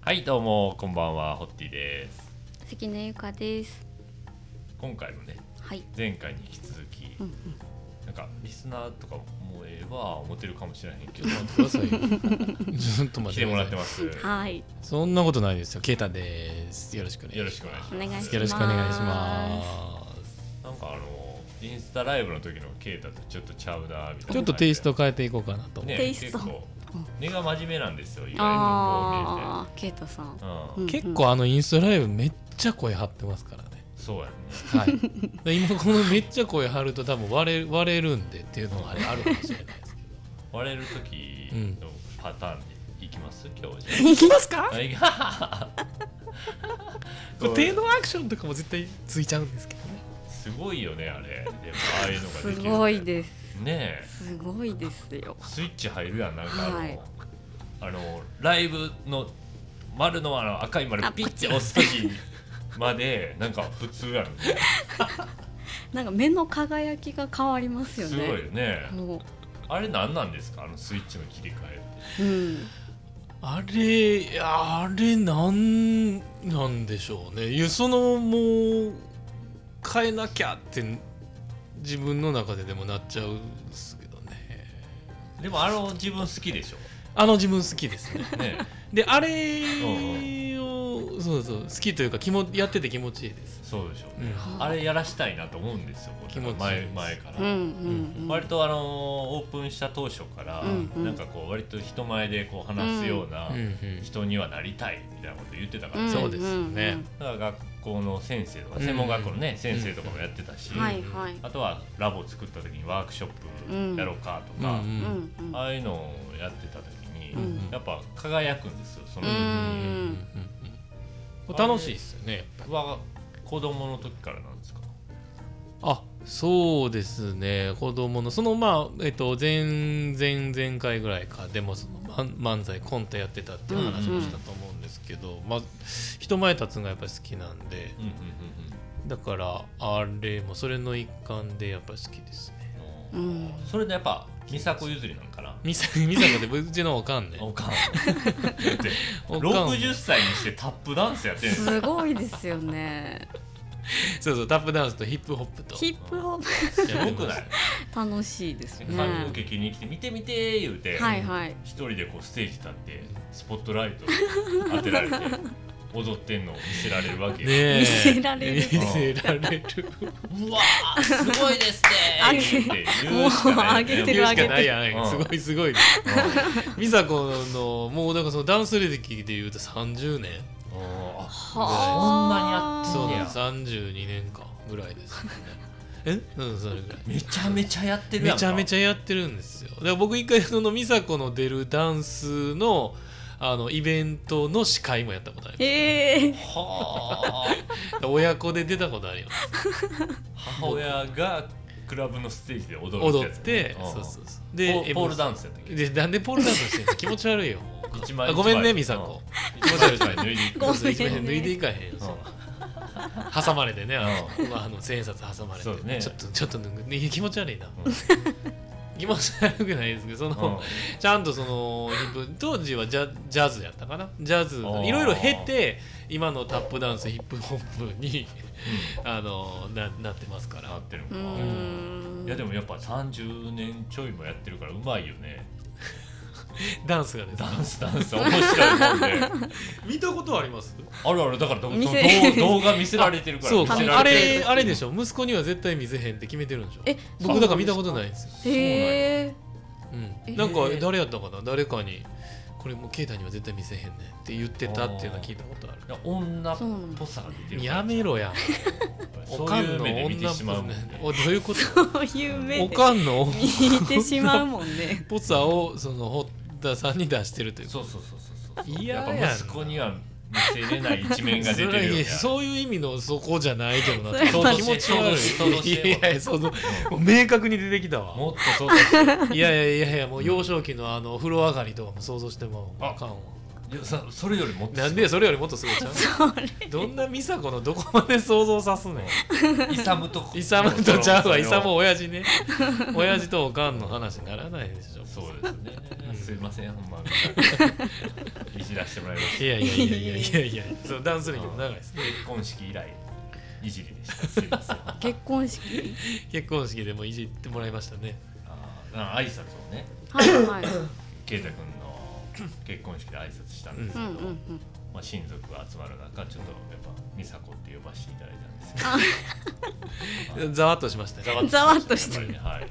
はいどうもこんばんはホッティです関根ゆかです。今回もねはい。前回に引き続きうんなんかリスナーとかも思えば思ってるかもしれへんけ どちょっと待 ってくださいよ。ちょっ来と待っててもくらだっさてい。ますうん。はい。そんなことないですよ。ケイタです。よろしくお願いしよろましす。くお願いしおま願いしますすよろしくお願いしまなんかあのインスタライブの時のケイタとちょっとちゃうなみたいなす。ちょっとテイスト変えていこうかなと思ねう。テイスト結構根が真面目なんですよ意外ああ、ケイトさんと。こう見えてううんん結構あのインスタライブめっちゃ声張ってますからね。そうやねはい。 で今このめっちゃ声張ると多分割れ割れるんでっていうのがあれあるか もしれないですけど。割れる時のパターンでいきます今日じゃあいきます かあいや これ手のアクションとかも絶対ついちゃうんですけどね。すごいよねあれでもああいうのがすできるごいです。ねえすごいですよ。スイッチ入るやんなんかあの、はいあのライブの丸のあの赤い丸あピッて押す時までなんか普通やん、なんか目の輝きが変わりますよすごいよね。ねもあれ何なんですかあのスイッチの切り替えっう、うん。あれ、あれなんなんでしょうね。いやそのもう変えなきゃって自分の中ででもなっちゃうんですけどね。てでもあの自分好きでしょあの自分好きですね。ねで、あれをそうそう好きというか気もやってて気持ちいいです。そうでしょううね、んはあれやらしたいなと思うんですよ僕気持ちいいで前す前から、うんうんうん。割とあのーオープンした当初から、うんうんなんかこう割と人前でこう話すようなうんうん人にはなりたいみたいなこと言ってたかうら、ん、だそうですよねから学校の先生とかうん専門学校のね、先生とかもやってたし、うんうん。はいはい。あとはラボを作った時にワークショップやろうかとうんうか、うんうんん。ああいうのをやってた時に、うんやっぱ輝くんですよそのう時うんんうん楽しいですよね。は子供の時からなんですかあそうですね子供のそのまあえっと前前前回ぐらいかでもそのま漫才コントやってたっていう話もしたと思うんですけど、まあ人前立つのがやっぱり好きなんでうんうんだからあれもそれの一環でやっぱり好きですねうんうんうんそれでやっぱ美佐子譲りなんかなみさ みさこでうちのおかんねおかんだっておかん60歳にしてタップダンスやってんのすごいですよね。そうそうタップダンスとヒップホップとヒップホップすごくない楽しいですね。髪の毛切りに来て見て見て言うて、はいはい。一人でこうステージ立ってスポットライト当てられて踊ってんのを見せられるわけよ、ねえ見せられる見せられるうわーすごいですねあげって言うしかないよねもうあげて言るうあげしかてるないやないうんすごいすごいみさこのもうだからそのダンス歴でいうとうんう30年んあはあそそううなんだや32年間ぐらいです ねえうんそれぐらいめちゃめちゃやってるめやんちかゃめちゃやってるんですよだから僕一回 その美佐子の出るダンスのあのイベントの司会もやったことありええー。はあます親子で出たことあります母親がクラブのステージで踊る踊っやつてうんそうそうそうポでーポールンダンスやったっけでなんでポールダンス してんの気持ち悪いよもう一枚あごめんね美一枚佐子一枚一枚脱いでいくごめんね一枚脱いでいかへんうよん挟まれてねあの,、まあ、あの千円札挟まれて、そうねちょっとちょっと脱ぐ、ね、気持ち悪いな、うん気持ち悪くないですけどその、ちゃんとそのヒップ当時はジャジャズやったかなジャズあーいろいろ経て今のタップダンスヒップホップに あのななってますかなっらてるのうかな、ーん。いやでもやっぱ30年ちょいもやってるからうまいよねダンスがですダンスダンス面白いもんで 見たことありますあるあるだからど見そせの動動画見せられてるからそう見せ紙らあれてるれあれでしょ息子には絶対見せへんって決めてるんでしょえ、僕だから見たことい。ないんですよ、えへえ。うえん、なんか誰やったかな誰かにこれもうケイタには絶対見せへんねんって言ってたっていうのは聞いたことある女っそうなんだぽさが出てるからやめろやそおうかいんうの目で女見てしまうもんねねおどういうこ とそういう目でおかんの女見てしまうもん ね。ポツァをその堀田さんに出してるというかそうそうそうそうそう嫌ややっなぱ息子には見せれない一面が出てるよ それいねやそういう意味のそこじゃないけどなそれは気持ち悪想像しいていやいや想像もう明確に出てきたわもっとそうだしいやいやいやいやもう幼少期のあの風呂上がりとかも想像してもああかんわいやさそれよりもっとなんすでそれよりもっとすごいちゃうそれどんな美佐子のどこまで想像さすねんごいイサムとイサムとちゃうわイサムも親父ね親父とおかんの話にならないでしょそうですねうんすいませんほんまに いじらしてもらいましいやいやいやいやいやいやそうダンス歴も長いですた結婚式以来いじりでしたすいませんあ結婚式結婚式でもいじってもらいましたねーあ挨拶をねはいはい圭太君の 結婚式で挨拶したんですうけんど、うんうんまあ、親族が集まる中ちょっとやっぱ美佐子って呼ばせていただいたんですけどざわっとしました よざわっとしてやっぱりねはい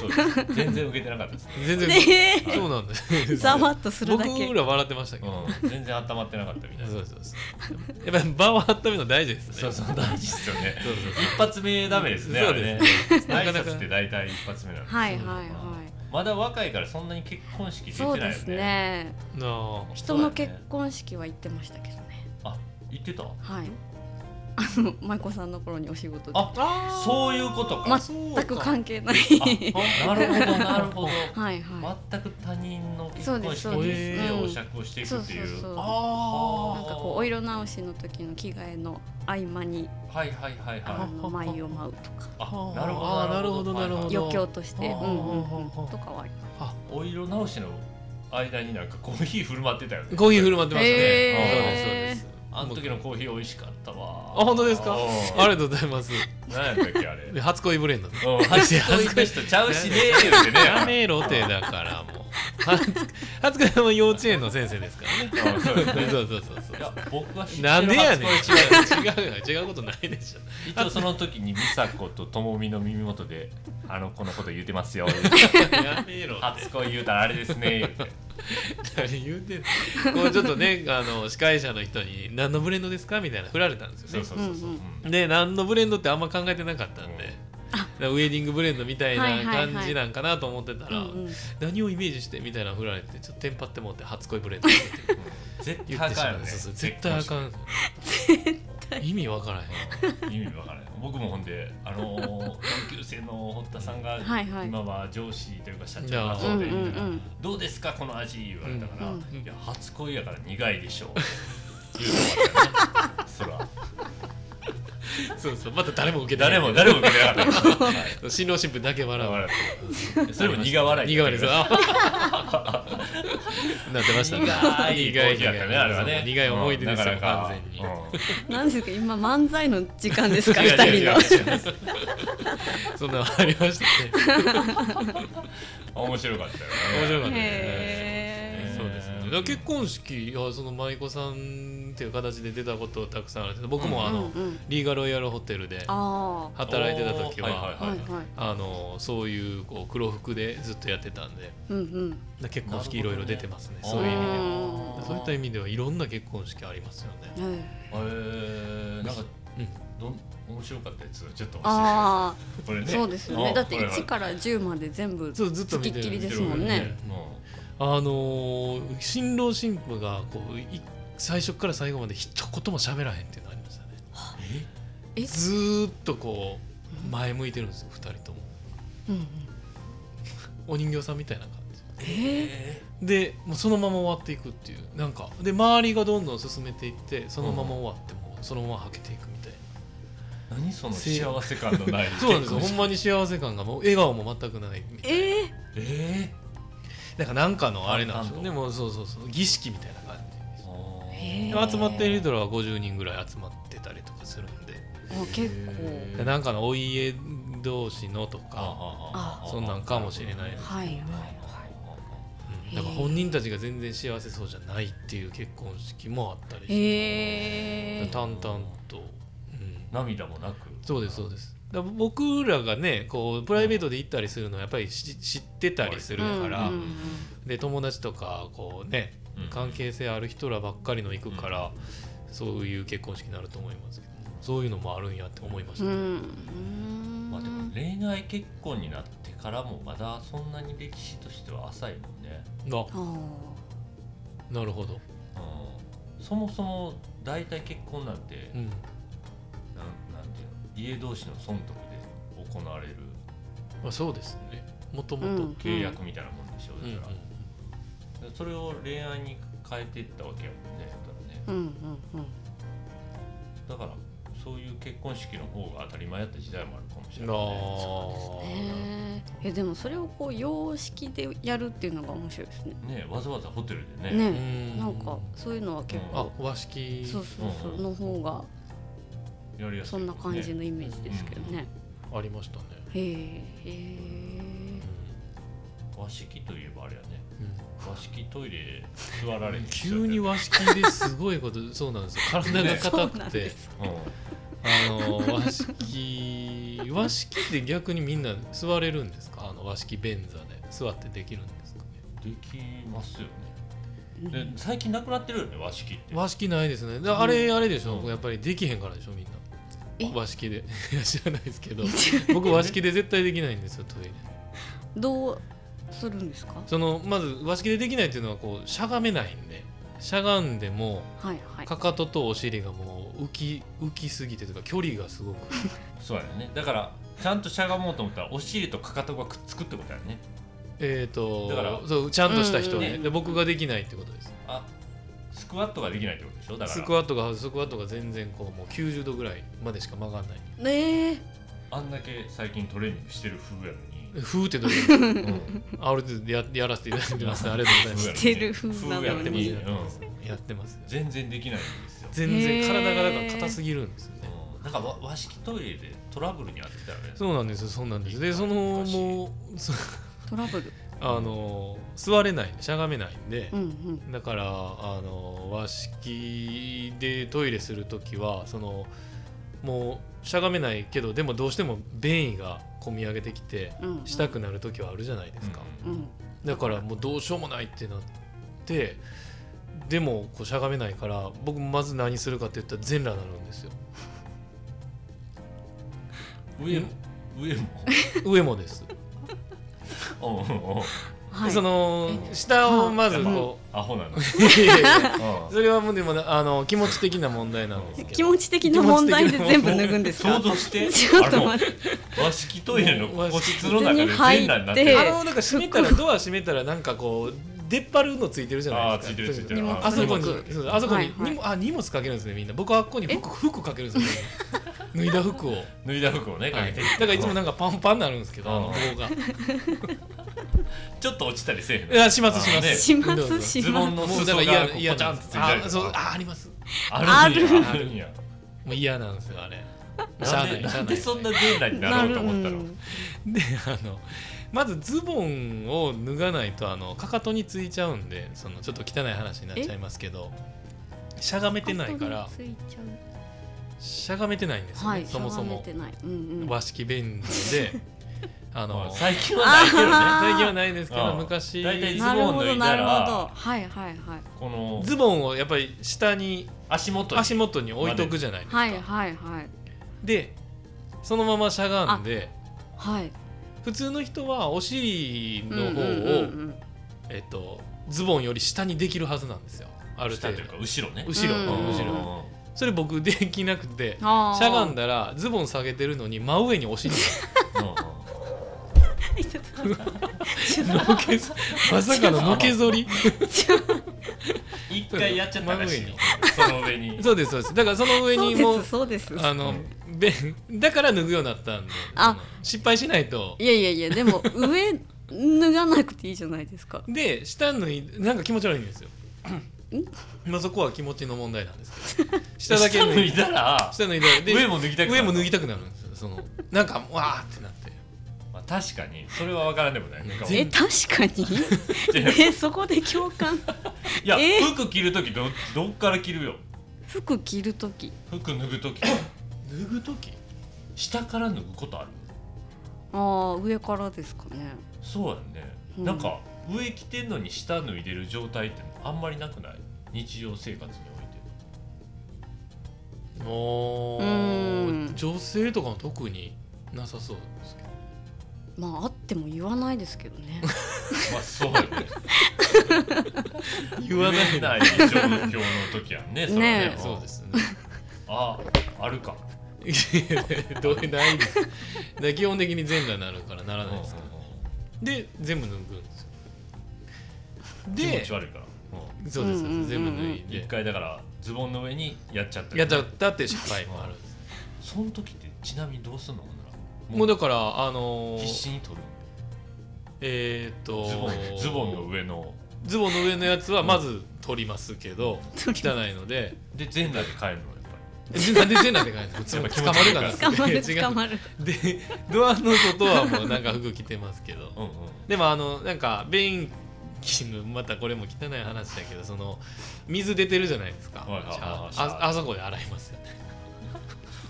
そうです全然受けてなかったですね全然ねえそうなんで すざわっとするだけ僕ら笑ってましたけど、うん、全然温まってなかったみたいそなうそうそうやっぱり場を温めるの大事ですねそうそう大事ですよね そうそう一発目ダメですねそあうれねですね挨なかな拶かって大体一発目なんですよはいはいまはあまだ若いからそんなに結婚式出いてそうないよねですねなあ人の結婚式は行ってましたけどねあ言って たはいあの舞子さんの頃にお仕事であそういうことか、全く関係ないあなるほどなるほど はいは全く他人の結そうで婚す式そうにでしすてうんお酌をしていくっていうそうそうそういあなんかこうお色直しの時の着替えの合間にうはいはいはいあはいの舞を舞うとかあなるほあどーなるほどなるほはいどはい余興としてあうんーうんうんあーとかはありますお色直しの間になんかコーヒー振る舞ってたよねコーヒー振る舞ってましたね、へーそうですそうですあの時のコーヒー美味しかったわあ本当ですかうんありがとうございます何やったっけあれで初恋ブレンドねうん初恋の人ちゃうしねえよってねやめろてだからもう初初恋は幼稚園の先生ですからねうんそうですねそうそうそうそいやう僕は知ってるなんでやねん初恋違う違 う違うことないでしょ一応その時に美佐子と智美の耳元で「あの子のこと言うてますよ」やめろ初恋言うたらあれですね」言うて何言うてんのこうちょっとねあの司会者の人に「何のブレンドですか?」みたいな振られたんですよねそうそうそうそう、うんうで何のブレンドってあんま考えてなかったんで、ウェディングブレンドみたいはいはいはいな感じなんかなと思ってたら、うんうん何をイメージしてみたいなの振られてちょっとテンパってもって初恋ブレンドってうん絶言対っあてしかんまようねそうそう絶対あかん意味わからへん意味わからない僕もほんであのー同級生の堀田さんがはいはい今は上司というか社長がそうでうんうんうんどうですかこの味言われたから、うんうんいや初恋やから苦いでしょう 言うてもらったねそらそうそうまた誰も受け誰も誰も受けなかったからも新郎新婦だけ笑う笑って それも苦笑い 苦笑いですあなってましたね苦い苦い苦い苦いねあれはね苦い思い出ですよ、うんなかなか完全に、うんなんですか今漫才の時間ですか違う二違う人の違う違う そんなのありましたね面白かったよね面白かったねへへーそうですね、だから結婚式はその舞子さんっていう形で出たことたくさんあるんですけど僕うもんあの、うんうんリーガロイヤルホテルであ働いてた時は,、おーはいあはいはいはいはいあのそういうこう黒服でずっとやってたんでうんうんだ結婚式いろいろ出てますねなるそほうどねいう意味ではあーそういった意味ではいろんな結婚式ありますよね、はいえー、なんかうん、どん面白かったやつちょっと教えてあこれあねそうですようねんだってこれは1から10まで全部そうずっと見てるつきっきりですもんねあのー新郎新婦がこうい最初から最後まで一言も喋らへんっていうのありましたねえずーっとこう前向いてるんですよ2人ともうんうんお人形さんみたいな感じええでもうそのまま終わっていくっていうなんかで周りがどんどん進めていってそのまま終わってもうそのままはけていくみたいな、ー、何その幸せ感のないそうなんですよほ結んまに幸せ感がもう笑顔も全くないみたいなえー婚式えなんかなんかのあれなんですよ淡々とねもうそうそうそう儀式みたいな感じーあへーーで集まってる人らは50人ぐらい集まってたりとかするんであ結構へーでなんかのお家同士のとあーかあーあーそんなんかもしれないですはいあーはいうんなんか本人たちが全然幸せそうじゃないっていう結婚式もあったりしてへえ淡々と、うん、涙もなくそうですそうですだから僕らがねこうプライベートで行ったりするのはやっぱりし知ってたりするから、うんうんうんで友達とかこうねうん関係性ある人らばっかりの行くから、そういう結婚式になると思いますけどそういうのもあるんやって思いました、うんまあでも恋愛結婚になってからもまだそんなに歴史としては浅いもんね、ああなるほど、うん、そもそも大体結婚なんて、うん、なんなんていうの家同士の損得で行われるまあ、そうですねもとうもとん契約みたいなもんでしょ、ううんだからそれを恋愛に変えていったわけやもんねだうんうんうんからねだからそういう結婚式の方が当たり前やった時代もあるかもしれない、ね、そええでもそれをこう様式でやるっていうのが面白いですね。ねわざわざホテルでねねねなんかそういうのは結あ構、和式そうそうそううんの方がやりやすいそんな感じねのイメージですけどね。ありましたね、へえへえ和式といえばあれやねうん和式トイレ座られへん急に和式ですごいこと そうなんですよ体が硬そうなくんて、ですうんあの和式和式って逆にみんな座れるんですかあの和式便座で座ってできるんですかねできますようんねで最近なくなってるよね和式って和式ないですねであれあれでしょ、うんやっぱりできへんからでしょみんなえ和式で いや知らないですけ ど僕和式で絶対できないんですよトイレ どうするんですか。そのまず和式でできないっていうのはこうしゃがめないんでしゃがんでもはいはい。かかととお尻がもう浮き浮きすぎてというか距離がすごくそうやねだからちゃんとしゃがもうと思ったらお尻とかかとがくっつくってことやねえー、とだからそうちゃんとした人はね、うんうんで僕ができないってことですあスクワットができないってことでしょだかスらクワットがスクワットが全然こうもう90度ぐらいまでしか曲がんないねえあんだけ最近トレーニングしてる風やの にえふーってどういうのうんある程度ややらせていただいてますねありがとうございましすてる風な風やのにってますねうんやってます全然できないんですよ、全へ然ー体がだから硬すぎるんですよねうん、だから和和式トイレでトラブルに遭ってたよねそうなんですよそうなんですでその難しいもうそトラブル。あの座れないしゃがめないんでうん、うん。だからあの和式でトイレする時はそのもうしゃがめないけどでもどうしても便意が込み上げてきてうんうんしたくなる時はあるじゃないですか、ううんんだからもうどうしようもないってなってでもこうしゃがめないから僕まず何するかって言ったら全裸になるんですよ上も上 も上もです、うんうんうんはい。その下をまずこアホなの、ういやいやいやう それはもうでもあの気持ち的な問題なんですけど気持ち的な問題で全部脱ぐんでん、すか想。像 してちょっと待っって。て和式トイレの個室の中で全裸になっ普通に入っててあのなんか閉めたらドア閉めたらなんかこう出っ張るのついてるじゃないですかあーついてるついて荷る物あそこに荷物そうあそこに、はいはい荷物あ荷物かけるんですねみんな僕はあっこに服服かけるんですよ、ね、 脱いだ服を、はい、脱いだ服をねだかけて、からいつもなんかパンパンになるんですけどうんあの棒がちょっと落ちたりせえへんの いやしますしまあねすしまどうぞすしズボまンす。のもう裾がだかこら嫌う嫌ポチャなんンでとついすてるあそうあありますあるんやあるあるんやもう嫌なんですよあれしゃあなんなでいしゃなあんなでいそんな全裸になろうと思ったのうんであのまずズボンを脱がないとあのかかとについちゃうんでそのちょっと汚い話になっちゃいますけどしゃがめてないから後についちゃうしゃがめてないんですよね、はい。そもそしゃがもめてない。うんうん。和式便座 であまのあ最最近はないけどねあ近はないですけあどー昔大体なるほズボン脱どいだらなるほど。はいはいはい。このズボンをやっぱり下に足元に足元に置いとくじゃないですか、はいはいはいでそのまましゃがんではい。普通の人はお尻の方を、うんうんうんうんえっと、ズボンより下にできるはずなんですよある下程という度か後ろね後ろ、ううんん後ろそれ僕できなくてしあーゃ がんだらズボン下げてるのに真上にお尻がのけぞまさかののけぞり一回やっちゃったらしいのその上にそうですそうですだからその上にもうそうですそうです。あのべだから脱ぐようになったんであその失敗しないといやいやいやでも上脱がなくていいじゃないですか。で下脱いなんか気持ち悪いんですよまあそこは気持ちの問題なんですけど下だけ脱脱いいだら下脱いだで上も脱ぎたくな上るも脱ぎたくなるんですよそのなんかわーってなってまあ確かにそれは分からんでもないね全え確かに。えそこで共感。いやえ服着る時どどっから着るよ服着るとき。服脱ぐ時脱ぐ時下から脱ぐことあるああ上からですかね。そうやんねうんなんか上着てんのに下脱いでる状態ってあんまりなくない日常生活においてもうーん女性とかも特になさそうですけどまああっても言わないですけどね。まあそう やね言わないない状況の時やんねそれねえそうですねああるかいやいや どうでないですだから基本的に全裸になるからならないですけどで全部脱ぐんですよ気持でち悪いから、そうです、うんうんうんうん全部脱い一で回だからズボンの上にやっちゃったやっちゃったっていう失敗もあるんですその時ってちなみにどうすんのほんならもうだからあのー必死に取るえーっとズボンズボンの上のズボンの上のやつはまず取りますけど取り汚いのでで全裸で帰るのやっぱえなんで全裸でかいのつやまっぱ気り持捕まち悪いるかからら 捕まる違う捕まるでドアの外はもうなんか服着てますけどりうんうんでもあのなんか便器のまたこれも汚い話だけどその水出てるじゃないですか、はいはいはいシャワーシャワーああそこで洗いますよね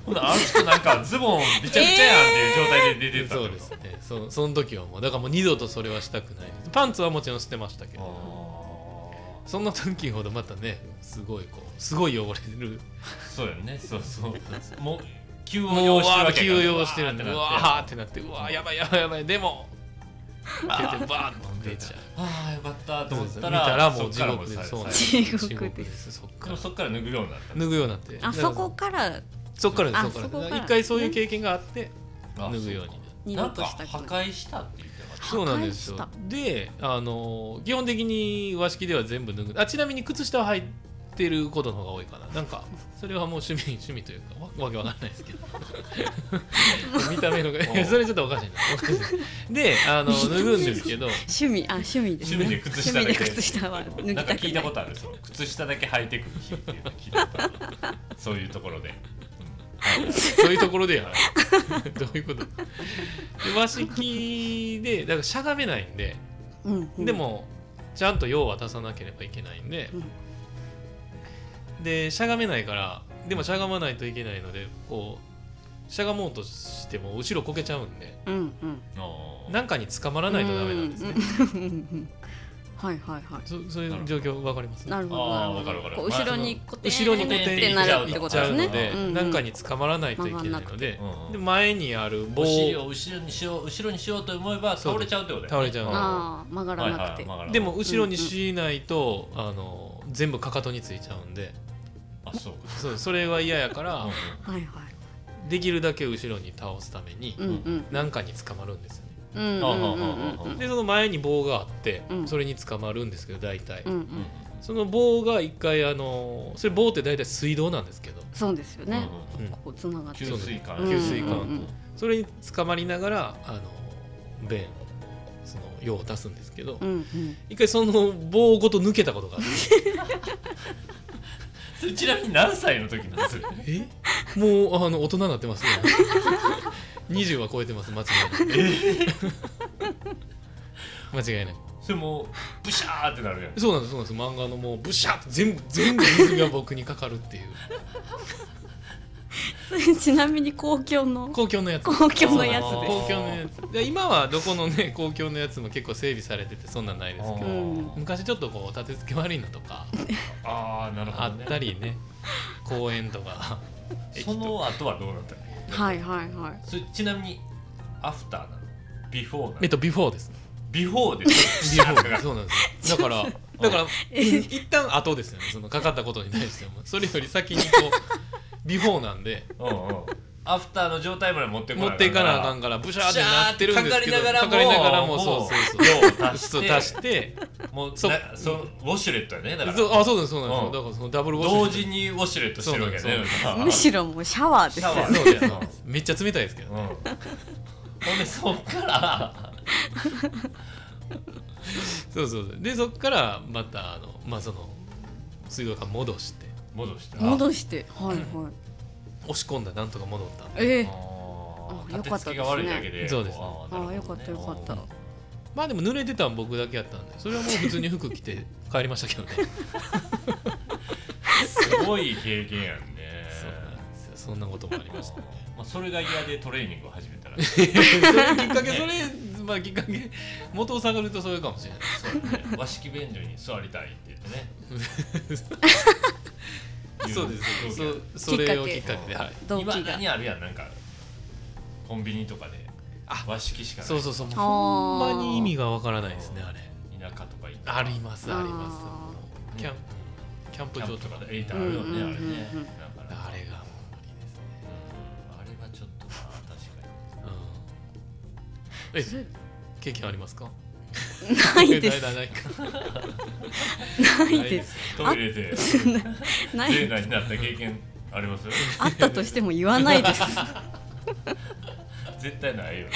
ほんならあの人なんかズボンびちゃびちゃやんっていう状態で出てったそうですねそその時はもうだからもう二度とそれはしたくないですパンツはもちろん捨てましたけあどそんな時ほどまたねすごいこうすごい汚れるあそうやんねそうそうもう急をもう要うしてるわわーけ休養してるんでううわわーーってなってうわーやばいやばいやばいでも出てバーンと出ちゃうあーよかったと思ったら見たらもう地獄そでっすからもうす最地獄です地獄ですそっ後でかもらそっから脱ぐようになった脱ぐようになってあそこからそっからですあそっからそこですから一回そういう経験があってあ脱ぐように二な度んとかした破くない壊したって言ってなかった破壊そうなんですしよたであの基本的に和式では全部脱ぐあちなみに靴下は履いてることの方が多いかななんかそれはもう趣味趣味というかわわけわかんないです けど見た目のがいやそれちょっ とおかしいなおかしいであの脱ぐんですけど趣味あ趣味ですね趣味で靴下だけ趣味で靴下は脱ぎなたんかくない聞いたことあるその靴下だけ履いてくる日っていうの聞いたことあるそういうところで、そういうところでや どういうことで和式でだからしゃがめないんでうんうんでもちゃんと用を渡さなければいけないんで、でしゃがめないからでもしゃがまないといけないのでこうしゃがもうとしても後ろこけちゃうんでうんうんうん何かに捕まらないとダメなんですねうんうんうんはいはいはいそそういう状況わかりますなるほどあーなるほわかるどこわうかる後ろに固定後ろに固固定定ににってなるって行こっとちゃでうすのねでうんうん何かに捕まらないといけないのでうんうんで前にある棒お尻をを後ろにしよう後ろにしようと思えば倒れちゃうってことだよ倒ねれちゃうああ曲がらなくて、はいはいでも後ろにしないとあの全部かかとについちゃうんであそうそうそれは嫌やからあはいはいできるだけ後ろに倒すためにうんうん何かに捕まるんですよねうんうんうんうんうんでその前に棒があって、うんそれに捕まるんですけど大体、うんううんんその棒が一回あのそれ棒って大体水道なんですけど、そうですよね、うんうんここつながって給る水管うん給水管、うんうんそれに捕まりながらあの便その用を出すんですけど、うんうん一回その棒ごと抜けたことがあってそれちなみに何歳の時なんで すかえもうあの大人になってますね 20は超えてます間違いない間違いないそれもうブシャーってなるやんそうなんですそうなんです漫画のもうブシャッて全部全部水が僕にかかるっていう それちなみに公共の公共のやつ公共のやつあでーす公共のやつで今はどこのね公共のやつも結構整備されててそんなんないですけどうん昔ちょっとこう立て付け悪いのとかああなるほあどっねたり ね公園とか駅そとかの後はどうなったのはいはいはいそれちなみにアフターなのビフォーなえのっとビフォーですビフォーですビフォー そうなんですよだからだからえ一旦後ですよねそのかかったことに対してもそれより先にこ うビフォーなんで うんうんアフターの状態まで持ってこ持っていかなあかんからブシャーってなってるんですけどブシャーってかかかかりりななががららももそうそうもうそうそう足してもうそなそのウォシュレットやねだからそうあそうですそうなんですようんだからそのダブルウォッシュ同時にウォシュレットしてるわけねむしろもうシャワーですよシャワそうですそうですめっちゃ冷たいですけどうん、ほんでそっからそうそうそうでそっからまたあのまあその水道管戻して戻した戻してはいはい押し込んだなんとか戻ったんでええあーあ立よかてったですね付けが悪いだけでそうですねあああよかったよかったまあでも濡れてたん僕だけやったんでそれはもう普通に服着て帰りましたけどね たすごい経験やんねそうなんですよそんなこともありま したねまあ、それが嫌でトレーニングを始めたらそれきっかけそれまあきっかけ元を探るとそういうかもしれないそうね和式便所に座りたいって言ってね言そうです動そ機やそれをききっっかかけけではい動機今が何あるやんなんかコンビニとかであ和式しかないそうそうそうもうあーほんまに意味がわからないですねあれ田舎とか行ったらありますありますあーもうキャンキャンプキャン場プととかかででエイターあるよね、うんあれねうんうんうんだからあれがもううんあ無理ですねれはちょっとな確かにうんえ経験ありますかない ですないないかないですトイレでなジェいーナになった経験ありますあったとしても言わないです絶対ないよね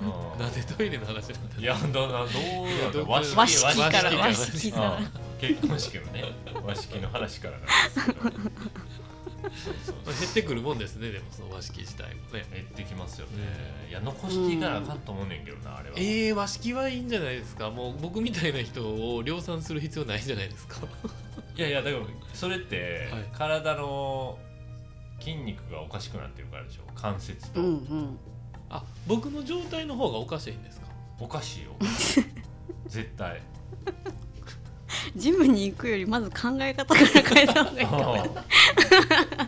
うんなんでトイレの話なんだいやどうなどうなんだ和式和式から和和式式うからん結婚式のね和式の話からなんですけどそうそうまあ減ってくるもんですねでもその和式自体もね減ってきますよねいや残していかなあかんと思うねんけどなあれはえー、和式はいいんじゃないですかもう僕みたいな人を量産する必要ないんじゃないですかいやいやだからそれってはい体の筋肉がおかしくなってるからでしょ関節 うんうとんあ僕の状態の方がおかしいんですかおか しいよ絶対ジムに行くよりまず考え方から変えた方がいいかな自分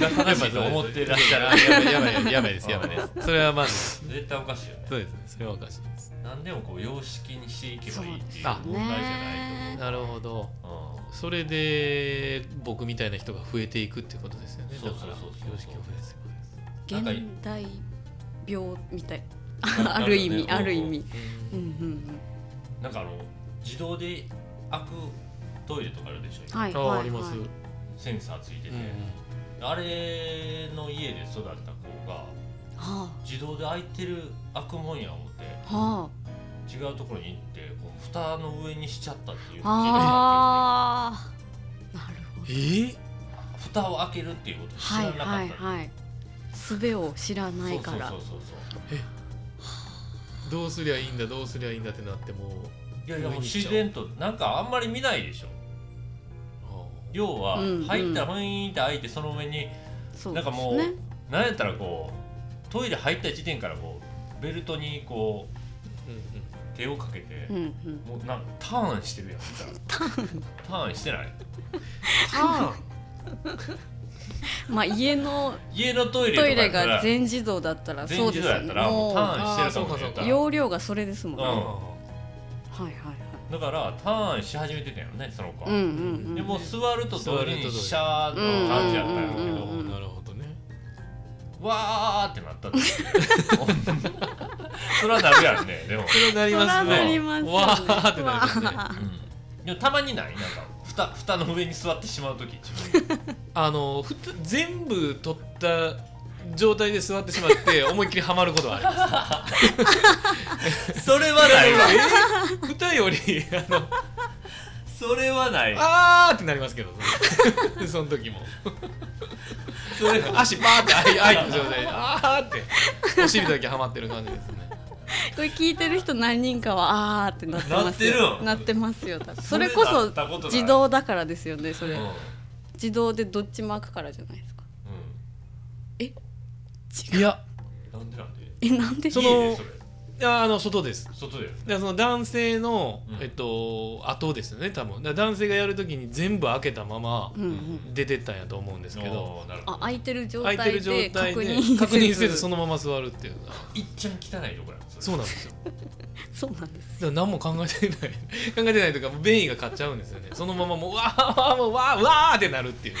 が正しいと思ってらっしゃる やばいやばいやばいですやばいですそれはまず絶対おかしいよねそうですねそれはおかしいです何でもこう様式にしていけばいいっていう問題じゃないねなるほどと思う、それで僕みたいな人が増えていくってことですよねそうだそうそうからそう様式を増やすことですなんか現代病みたいうん ある意味なんかねある意味うううんんんなんかあの自動で開くトイレとかあるでしょ、うんはいはいあはあいります、センサーついてて、うんあれの家で育った子がは自動で開いてる開くもんや思ってあは違うところに行ってこう蓋の上にしちゃったっていう事ああーなるほどえー、例があって蓋を開けるっていうことを知らはいなかった、はいはい術を知らないからそうそうそうそうどうすりゃいいんだどうすりゃいいんだってなってもういやいやもう自然となんかあんまり見ないでしょあ要はうんうん入ったらウィーンって開いてその上にそうなでんすかもう、ねなんやったらこうトイレ入った時点からこうベルトにこーうんう手をかけて、うんうんもうなんかターンしてるやんターンターンしてないあまあ家の家のトイレとかトイやレったがら全自動だったら全そう自で動すよやっねたらもうタもーンしてるかもしあーそうかそうれかうない容量がそれですもんね、うんはいはあいはいだからターンし始めてたよねその子は、うんうんうんでもう座ると同時にシャー座るのと感じやったんやけど、うんうんうんうんなるほどねわーってなったって それはなるやんねでも、それなりますそらなねりますよねわーってなりますねわーうんでもたまにないなんか蓋蓋の上に座ってしまう時自分あのふた全部取った状態で座ってし まって思いっきりハマることはありますそれはないわ蓋よりあのそれはないあーってなりますけどその その時もそれ足バーって開い開いた状態であーってお尻だけハマってる感じですねこれ聞いてる人何人かはあーってなってますよななっっててますよ多分それこそれそなったことない自動だからですよねそうんれうん自動でどっちも開くからじゃないですかいやなんでなんでえなんでその家でそれあの外です外でだからその男性のう、んえっと、後ですよね多分だから男性がやる時に全部開けたままうんうん出てったんやと思うんですけど、おーなるほあど開いてる状開態いてる状で態確認でせず確認せずそのまま座るっていうのがいっちゃん汚いとこやそれそうなんですよだかそうなんですら何も考えてない 考えてないというかもう便意が勝っちゃうんですよねそのままもうわーわーもうわーわーってなるっていう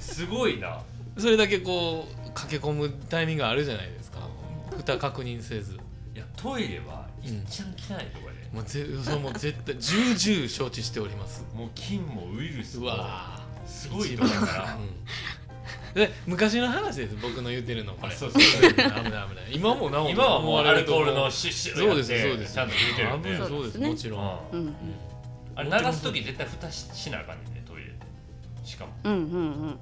すごいなそれだけこう駆け込むタイミングがあるじゃないですか蓋確認せずいやトイレはいっちゃん汚いとこやでもうぜそれもう絶対重々承知しておりますもう菌もウイルスうもわーすごいとこやからうんで昔の話です僕の言ってるのこれあそうそうそう 危ない危ない今もなお今はもう思わアれルるとコ思ールのシュッシュッそうですやってそうですちゃんと拭いてるんで危ないそそううでですすねもちろんうんうんあれ流す時絶対蓋しなあかんねんねトイレでしかもうんうん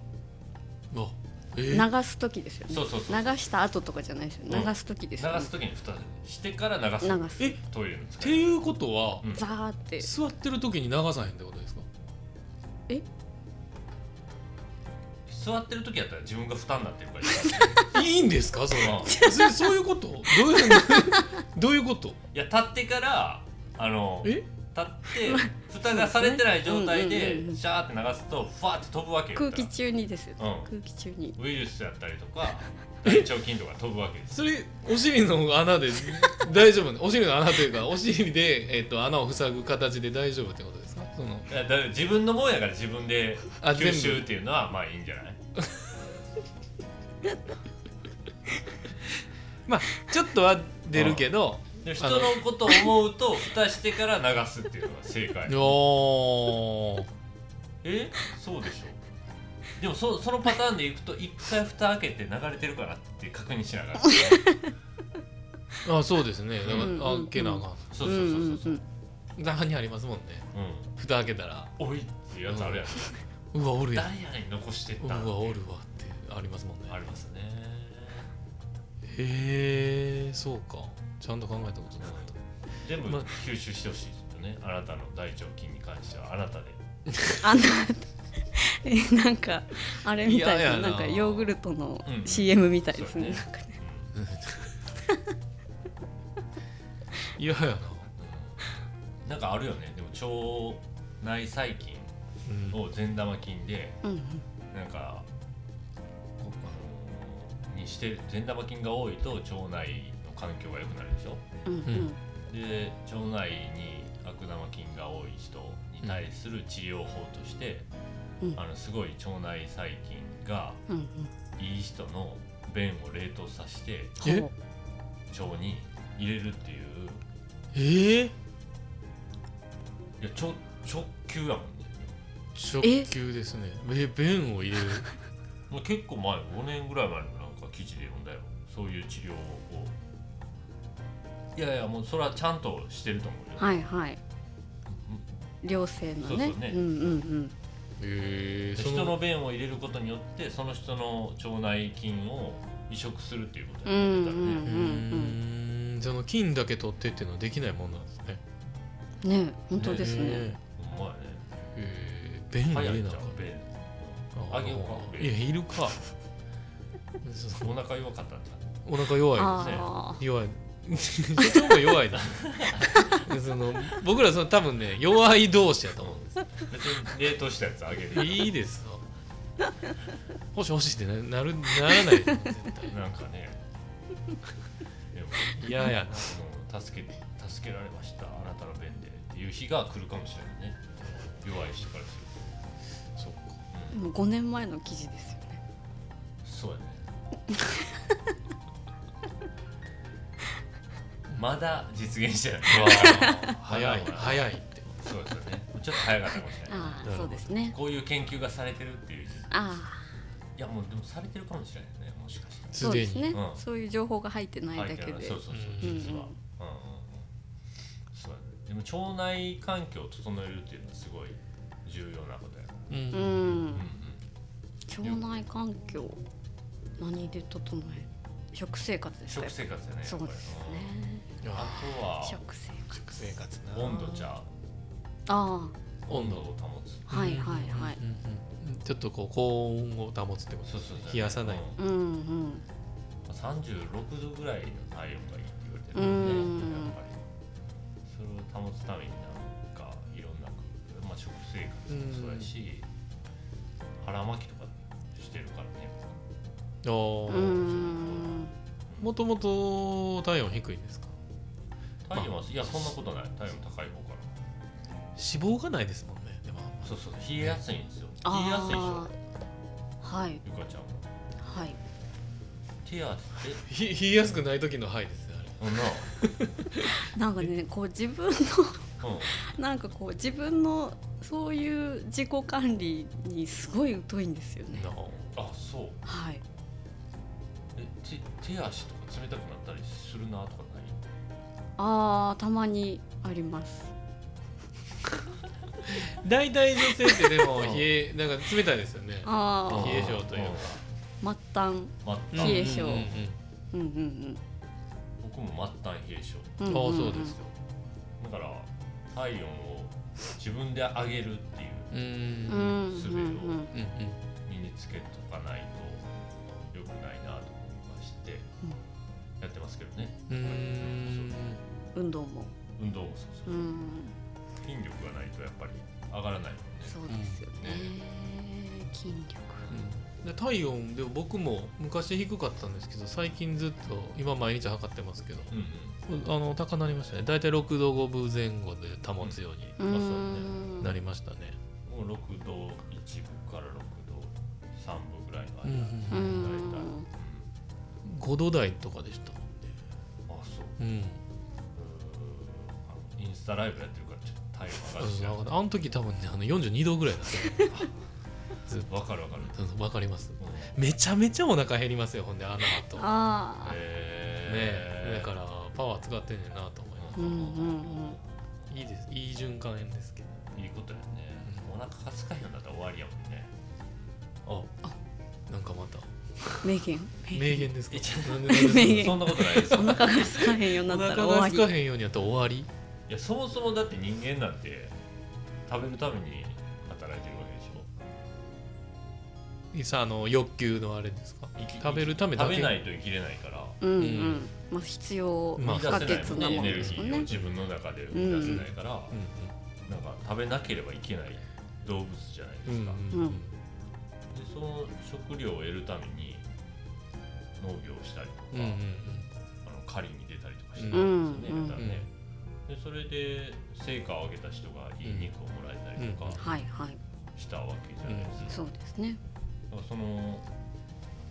うわえうんー流す時ですよねそうそうそう流した後とかじゃないですよねうん流す時で流すよねす時に蓋してから流す流すえっトイレのて使いいうことはうんザーって座ってる時に流さへんってことですか座ってる時やったら自分が蓋になってるからいいんですかそれう はんそそういうことどう いうどういうこといや立ってからあの立っえ て蓋がされてない状態うんうんうんうでんシャーって流すとファーって飛ぶわけよ空気中にですよ、うん空気中にウイルスやったりと か大腸菌とか飛ぶわけですそれお尻の穴で大丈夫ねお尻の穴というかお尻で、えっと穴を塞ぐ形で大丈夫ってことですかそのいやだから自分のもんやから自分であ吸全部収っていうのはまあいいんじゃないまあちょっとは出るけどで人のことを思うと蓋してから流すっていうのが正 解おーえそうでしょでもそそのパターンでいくと一回蓋開けて流れてるからって確認しなが らあそうですねだから、うんあけなあかんそうそうそうそう、ん中にありますもんねうん蓋開けたらおいっていうやつあるやつ、うわおるやん誰やねん残してっうたわんおるわってありますもんねありますねへえそうかちゃんと考えたことなかった全部ま吸収してほしいですよねあなたの大腸菌に関してはあなたであのえ なんかあれみたい嫌なやななんかヨーグルトのうん CM みたいですね,、そうなんかね嫌やな、うんなんかあるよねでも腸内細菌うんを善玉菌でうんうんなんかこあのにして善玉菌が多いと腸内の環境が良くなるでしょうんで腸内に悪玉菌が多い人に対する治療法として、うんあのすごい腸内細菌がうんうんいい人の便を冷凍させてえほ腸に入れるっていうええいやちょ直球やもんね直え球ですねえ便を入れ るもう結構前5年ぐらい前のなんか記事で読んだよそういう治療をいやいやもうそれはちゃんとしてると思うよ、うはいはい良性のねそうそうねうんうんええ人の便を入れることによってその人の腸内菌を移植するっていうことうんうになってんたらね、ううんうんーんその菌だけ取ってっていうのはできないもんなんですねうんね本当ですねへほんまやねえ便入早いれんなあちかゃう便んあげようかいやいるかそうお腹弱かったんちゃうお腹弱いいですねああ弱い 所長も弱いだ その僕らその多分ね弱い同士やと思うんです別に冷凍したやつあげるいいですよ 欲しい欲しいってななるならないと思う絶対なんかねでも嫌 ややあの助け助けられましたあなたの便でっていう日が来るかもしれないね弱い人からするなそうかと、でも5年前の記事ですよねうん、そう やねまだ実現してない早い早いってそうですよねちょっと早かったかもしれないあなるほあどそうですねこういう研究がされてるっていう事実あいやもうでもされてるかもしれないねもしかしてあすそうでですにねうんそういう情報が入ってないだけ入ってないでそうそうそううん実はうんうんうんそうやねでも腸内環境を整えるっていうのはすごい重要なことやなううんうんん腸内環境何で整える食生活ですか食生活やねそうですやっぱりうんねああとは食生活食生活な温度じゃあう温度を保つあはいはいはいうんうんうんちょっとこう高温を保つってことそうそうそう冷やさないうんうんうん36度ぐらいの体温がいいって言われてるうんねやっぱりそれを保つためになんかいろんな工夫、まあ、食生活もそうやし腹巻きとかしてるからねあーうんもともと体温低いんですか体温はいやそんなことない体温高い方か脂肪がないですもんねでもらそうそう冷えやすいんですよ冷えやすいでしあょあはいゆかちゃんもはい手当ててひ冷えやすくない時の肺ですねあれそんななんかねこう自分 のうんなんかこう自分のそういう自己管理にすごい疎いんですよねあそうはいえ手手足とか冷たくなったりするなとかないあーたまにあります大体女性ってでも うん冷えなんか冷たいですよねあ冷えあ性というか末端か末冷端え性うんうんうんうんうん僕も末端冷え性うんんああんんそうですよだから体温を自分で上げるっていううんうんううんんうん身につけとかないと良くないなと思いまして、やってますけどねうんうんうん運動も運動もそうそうう、ん筋力がないとやっぱり上がらないもんねそうですよね筋力で体温でも僕も昔低かったんですけど最近ずっと今毎日測ってますけどうんうんあの高なりましたね大体6度5分前後で保つよううあそうねんになりましたね、もう6度1分から6度3分ぐらいの間、うんううん大体んうん5度台とかでしたうんあのインスタライブやってるからちょっと体温上がるしうんあの時多分ねあの42度ぐらいだっわかるわかる、た うんわかりますうんめちゃめちゃお腹減りますよほんであの後ねああ、ええだからパワー使ってんねんなと思いますうんうんいいですいい循環ですけどいいことやねうお腹がすかへんのだったら終わりやもんねあなんかまたうん名言名言ですかえちょなんでなんで名言そんなことないですよお腹がすかへんようになおったら腹終がわ空りかへんようにやったら終わりいやそもそもだって人間なんて食べるために働いてるわけでしょさあの欲求のあれですか生き食べるためだ食けべないと生きれないからうんううんんまあ必要まあ不生可み欠出せなないもんものねエネルですギもんーをね自分の中で生み出せないから、うなんか食べなければいけない動物じゃないでんうすんか、うんうんでその食料を得るために農業をしたりとか、うんうんあの狩りに出たりとかしてうんですよね、うんだからねでそれで成果を上げた人がいい肉をもらえたりとかはいはいしたわけじゃないですか、そうですねだからその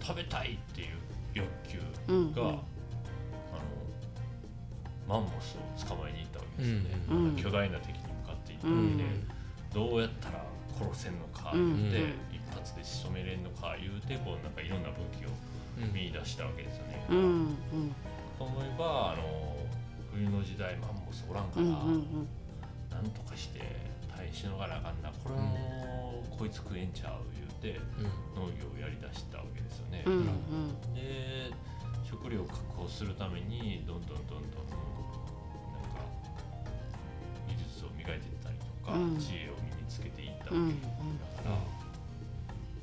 食べたいっていう欲求うんが、あのマンモスを捕まえに行ったわけですよね、うんうんあの巨大な敵に向かっていったうわうんけうで、んんどうやったら殺せんのかって、うん一発で仕留めれんのか言うてこうなんかいろんな武器をうん見出したわけですよね。うんと思えばあの冬の時代マンモスおらんかうんうら、んうんなんとかして耐えしのがらあかんなこれはもうこいつ食えんちゃう言うて農業をやりだしたわけですよね。うんうんだかうんらで食料を確保するためにどんどんどんどんなんか技術を磨いていったりとか、うん知恵を身につけていったわけうでだんから、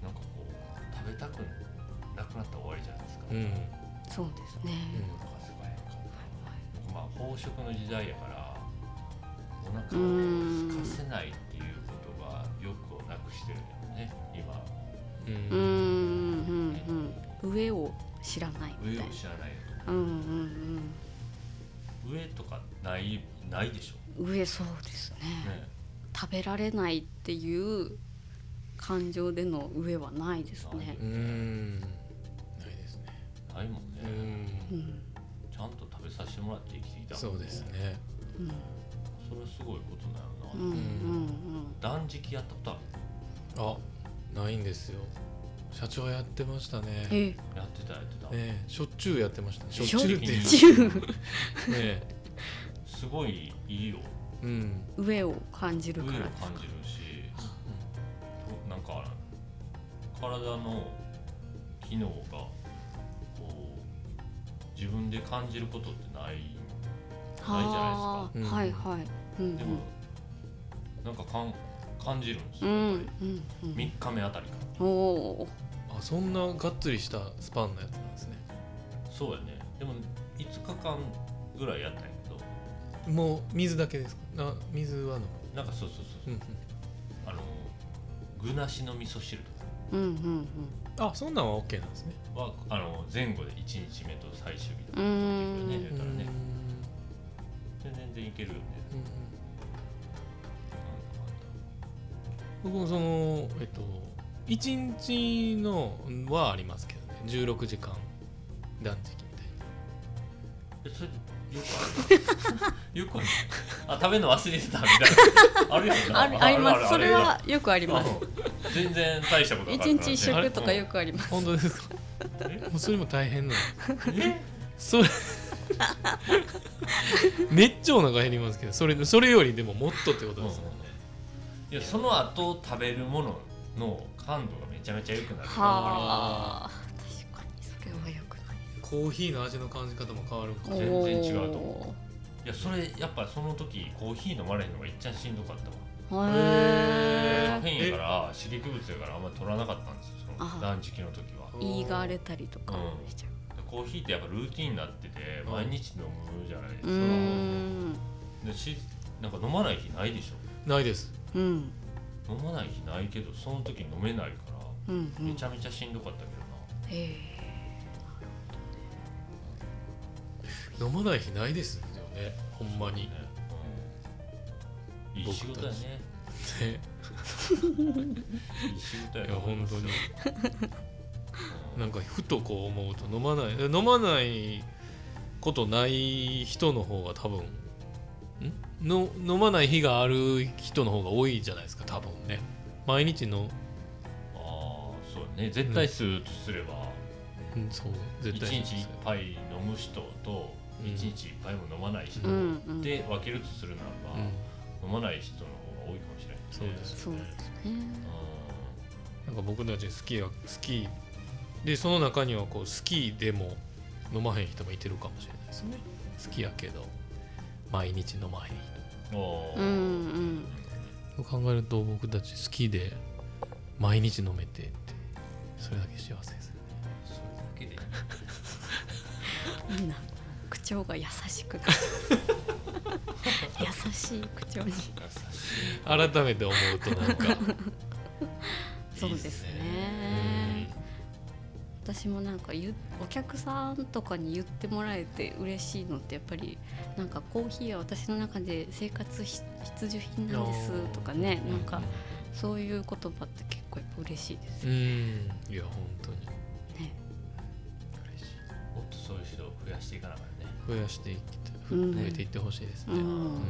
なんかこう食べたくなくなったら終わりじゃないですか。うんうんうんそうですねお腹すかへんかったまあ飽食の時代やからお腹を空かせないっていうことがよくをなくしてるよね今うんううんうんんうん上を知らないみ上たをいな知らないとうんうん上とかないないでしょ、うん上そうですねね、食べられないっていう感情での上はないですねうんないですねないもんうねうんんちゃんと食べさせてもらって生きていたもそんうですねうんそれはすごいことなのな、うんうん断食やったことあるあないんですよ社長やってましたねうんえやってたやってた、ねえしょっちゅうやってましたねしょょっっちちゅゅううっってていいうう自由ねすごいいいようん上を感じ上るをから感じるしなんか体の機能がこう自分で感じることってないはなあいじゃなはいいですかはいうんでも、なんかかん感じるんですうよ、んやうっぱんうんうりん3日目あたりかおおあそんながっつりしたスパンのやつなんですねらそうやねでも5日間ぐらいやったんやけどもう水だけですかあ水はのなんかそうそううそんう、うんあの具なしの味噌汁とかうんうんあそんなんは OK なんですねはあの前後で1日目と最終日とうかんうねだんからねうんで全然いけるよねうんなんかあった僕もそのえっと1日のはありますけどね16時間断食えみたいなそれよくある よくあるあ食べるの忘れてたみたいなあるやんなあるありまるするそれあはよくありますうん全然大したことな一かった日一食とかよくくあります本当ですかもうそれも大変なのえそれめっちゃお腹減りますけどそれそれよりでももっとってことそうでですすももんんねねいやその後食べるものの感度がめちゃめちゃ良くなるはあ確かにそれはよくないコーヒーの味の感じ方も変わるかおも全然違うと思いやそれやっぱその時コーヒー飲まれへんのがいっちゃんしんどかったわうへカえフェインやから刺激物やからあんまり取らなかったんですよその断食の時は胃が荒れたりとかしちゃでコーヒーってやっぱルーティンになっててうん毎日飲むじゃないですうかうーんでしなんか飲まない日ないでしょないですうん飲まない日ないけどその時飲めないからうんうめんちゃめちゃしんどかったけどな、へ飲まない日ないですよねほんまにねうんいい仕事だねねいい仕事やいや本当にうなんんかふとこう思うと飲まない飲まないことない人の方が多分んの飲まない日がある人の方が多いじゃないですか多分ね毎日のああそうね絶対数とすれば、うんそう一絶対日一杯飲む人とうん一日一杯も飲まない人うんうんで分けるとするならば、うん飲まない人の方が多いかもしれないそうですそうですねなんか僕たちスキーはスキーでその中にはこうスキーでも飲まへん人もいてるかもしれないですね好きやけど毎日飲まへんうんあうんーうん人考えると僕たち好きで毎日飲めてってそれだけ幸せですそれだけでいいみんな口調が優しくなる優しい口調に改めて思うとなんかそうですね私もなんかゆお客さんとかに言ってもらえて嬉しいのってやっぱりなんかコーヒーは私の中で生活必必需品なんですとかねなんかそういう言葉って結構やっぱ嬉しいですうよんいや本当にね。嬉しいもっとそういう人を増やしていかなきゃね増やしていきたいふうん増えていってほしいですねううんん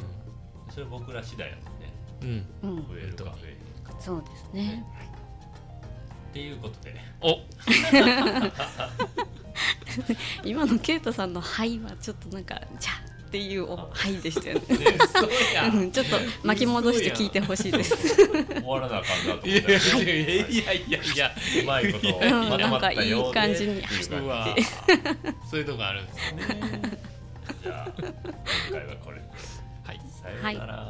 それ僕ら次第なんでねうん、うん増えるか増えるかそうですね。っていうことでお今のケイトさんの「はい」はちょっとなんか「じゃあ」っていうお「あはい」でしたよね。ねそうやうんんちょっと巻き戻して聞いてほしいです。終わらなあかんなとい思っやたらいやいやいやいやいやうまいことうんまとまったようでなんかいい感じにっていうう感わそういうとこあるんですねじじゃあ今回はこれではいさようなら、